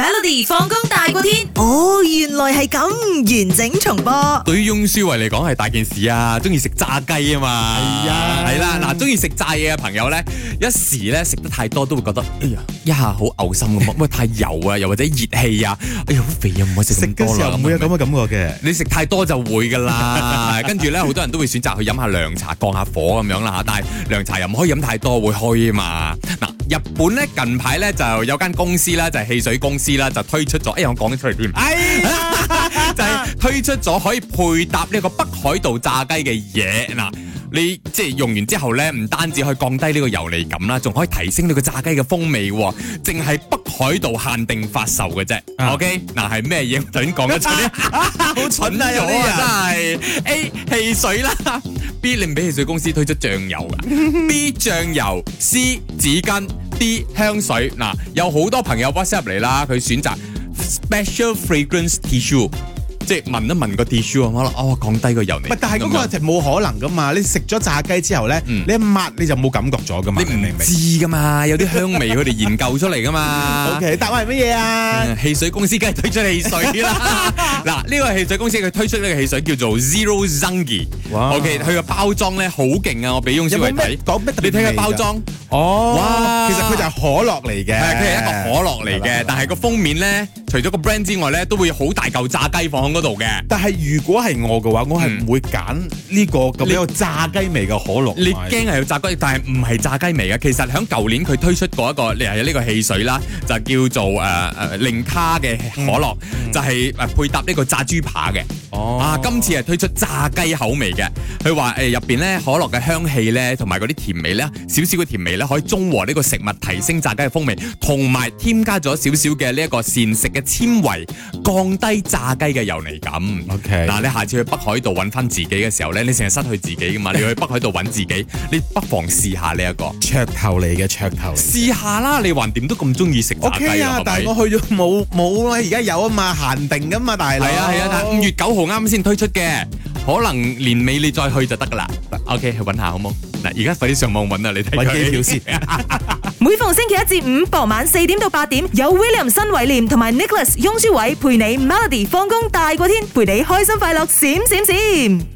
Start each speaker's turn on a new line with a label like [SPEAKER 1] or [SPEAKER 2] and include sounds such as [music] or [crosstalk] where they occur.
[SPEAKER 1] Melody 放工大過天，
[SPEAKER 2] 哦，原來係咁，完整重播。
[SPEAKER 3] 對於翁舒慧嚟講係大件事啊，中意食炸雞啊嘛，
[SPEAKER 4] 係啊
[SPEAKER 3] 係啦，嗱，中意食炸嘢嘅朋友咧，一時咧食得太多都會覺得，哎呀，一下好嘔心咁啊，喂，太油啊，又或者熱氣啊，哎呀，好肥啊，唔可以食
[SPEAKER 4] 食
[SPEAKER 3] 咁
[SPEAKER 4] 嘅
[SPEAKER 3] 多
[SPEAKER 4] 時
[SPEAKER 3] 啦，
[SPEAKER 4] 候唔會有咁嘅感覺嘅。
[SPEAKER 3] 你食太多就會噶 [laughs] 啦，跟住咧好多人都會選擇去飲下涼茶降下火咁樣啦嚇，但係涼茶又唔可以飲太多，會開啊嘛。嗱，日本咧近排咧就有間公司啦，就係汽水公司啦，就推出咗，哎呀我講咗出嚟添，哎呀 [laughs] 就係推出咗可以配搭呢個北海道炸雞嘅嘢嗱。你即係用完之後咧，唔單止可以降低呢個油膩感啦，仲可以提升呢個炸雞嘅風味喎，淨係北海道限定發售嘅啫。
[SPEAKER 4] 啊
[SPEAKER 3] OK，嗱係咩嘢？我頭先講 [laughs] 得出呢好蠢啊！有啲人真係 A 汽水啦，B 你唔俾汽水公司推出醬油噶，B 醬油，C 紙巾，D 香水。嗱，有好多朋友 WhatsApp 入嚟啦，佢選擇 special fragrance tissue，即係聞一聞個 tissue 可能哦降低個油
[SPEAKER 4] 唔係
[SPEAKER 3] 膩。
[SPEAKER 4] 但係嗰個就冇可能噶嘛！你食咗炸雞之後咧，
[SPEAKER 3] 嗯
[SPEAKER 4] 你一抹你就冇感覺咗噶嘛？
[SPEAKER 3] 你
[SPEAKER 4] 明唔
[SPEAKER 3] 唔
[SPEAKER 4] 明
[SPEAKER 3] 知噶嘛，有啲香味佢哋研究出嚟噶嘛。
[SPEAKER 4] ？O K，答案係乜嘢啊？
[SPEAKER 3] 嗯汽水公司梗係推出汽水
[SPEAKER 4] [laughs]
[SPEAKER 3] 啦。嗱，呢個汽水公司佢推出呢個汽水叫做 Zero Zungy。
[SPEAKER 4] 哇
[SPEAKER 3] OK，佢個包裝咧好勁啊！我俾翁
[SPEAKER 4] 有
[SPEAKER 3] 小
[SPEAKER 4] 冇
[SPEAKER 3] 維
[SPEAKER 4] 咩
[SPEAKER 3] 睇，
[SPEAKER 4] 講咩特別
[SPEAKER 3] 你睇
[SPEAKER 4] 味
[SPEAKER 3] 個
[SPEAKER 4] 㗎
[SPEAKER 3] 包裝，
[SPEAKER 4] 哦
[SPEAKER 3] 哇，
[SPEAKER 4] 其實佢就係可樂嚟嘅，
[SPEAKER 3] 係佢係一個可樂嚟嘅，但係個封面咧，除咗個 brand 之外咧，都會好大嚿炸雞放喺嗰度嘅。
[SPEAKER 4] 但係如果係我嘅話，我係唔會揀呢個咁有炸雞味嘅可樂。
[SPEAKER 3] 你驚係有炸雞，但係唔係炸雞味嘅。其實喺舊年佢推出過一個，你係呢個汽水啦，就叫做誒誒令卡嘅可樂，
[SPEAKER 4] 嗯
[SPEAKER 3] 就係誒配搭呢個炸豬扒嘅。
[SPEAKER 4] 哦
[SPEAKER 3] 啊，今次係推出炸雞口味嘅。佢話誒入邊咧可樂嘅香氣咧，同埋嗰啲甜味咧，少少嘅甜味咧，可以中和呢個食物，提升炸雞嘅風味，同埋添加咗少少嘅呢一個膳食嘅纖維，降低炸雞嘅油膩感。
[SPEAKER 4] OK
[SPEAKER 3] 嗱，你下次去北海道揾翻自己嘅時候咧，你成日失去自己噶嘛， [laughs] 你去北海道揾自己，你不妨試下呢、一個，
[SPEAKER 4] 噱頭嚟嘅噱頭嚟嘅。
[SPEAKER 3] 試下啦，你還點都咁中意食炸
[SPEAKER 4] O
[SPEAKER 3] 雞
[SPEAKER 4] K 啊，但係
[SPEAKER 3] 係咪？
[SPEAKER 4] 我去咗冇冇啦，而家有啊嘛，限定噶嘛，大佬。
[SPEAKER 3] 係啊係啊，但係五月九號啱先推出嘅，可能年尾你再去就得噶啦。OK，去揾下好冇？嗱，而家快啲上網揾啊，你睇佢
[SPEAKER 4] 揾機票先。
[SPEAKER 2] 每逢星期一至五傍晚四點到八點，有 William 新偉廉同埋 Nicholas 雍舒偉陪你 Melody 放工大過天，陪你開心快樂閃閃閃。